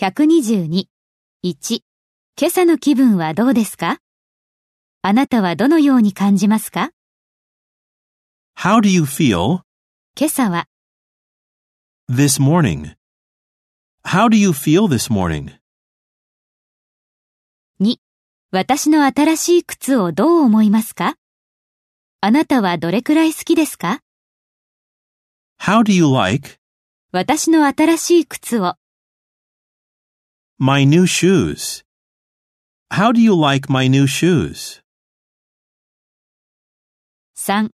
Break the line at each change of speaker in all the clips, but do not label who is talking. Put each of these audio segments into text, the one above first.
122.1. 今朝の気分はどうですかあなたはどのように感じますか
How do you feel
今朝は
this morning? How do you feel this morning?
私の新しい靴をどう思いますかあなたはどれくらい好きですか
How do you like
私の新しい靴を
my new shoes? How do you like my new shoes?
3.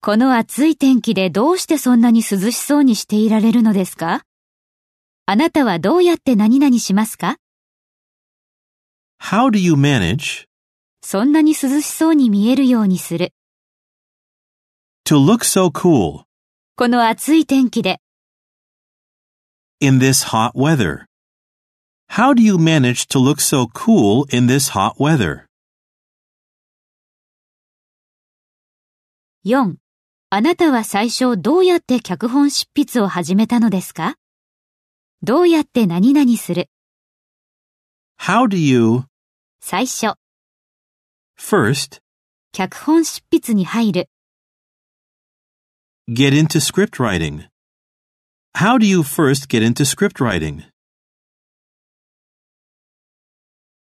この暑い天気でどうしてそんなに涼しそうにしていられるのですかあなたはどうやって何々しますか
How do you manage
そんなに涼しそうに見えるようにする。
to look so cool
この暑い天気で
in this hot weather? How do you manage to look so cool in this hot weather?
4. あなたは最初どうやって脚本執筆を始めたのですかどうやって何々する
How do you
最初、
first
脚本執筆に入る。
get into script writing? How do you first get into script writing?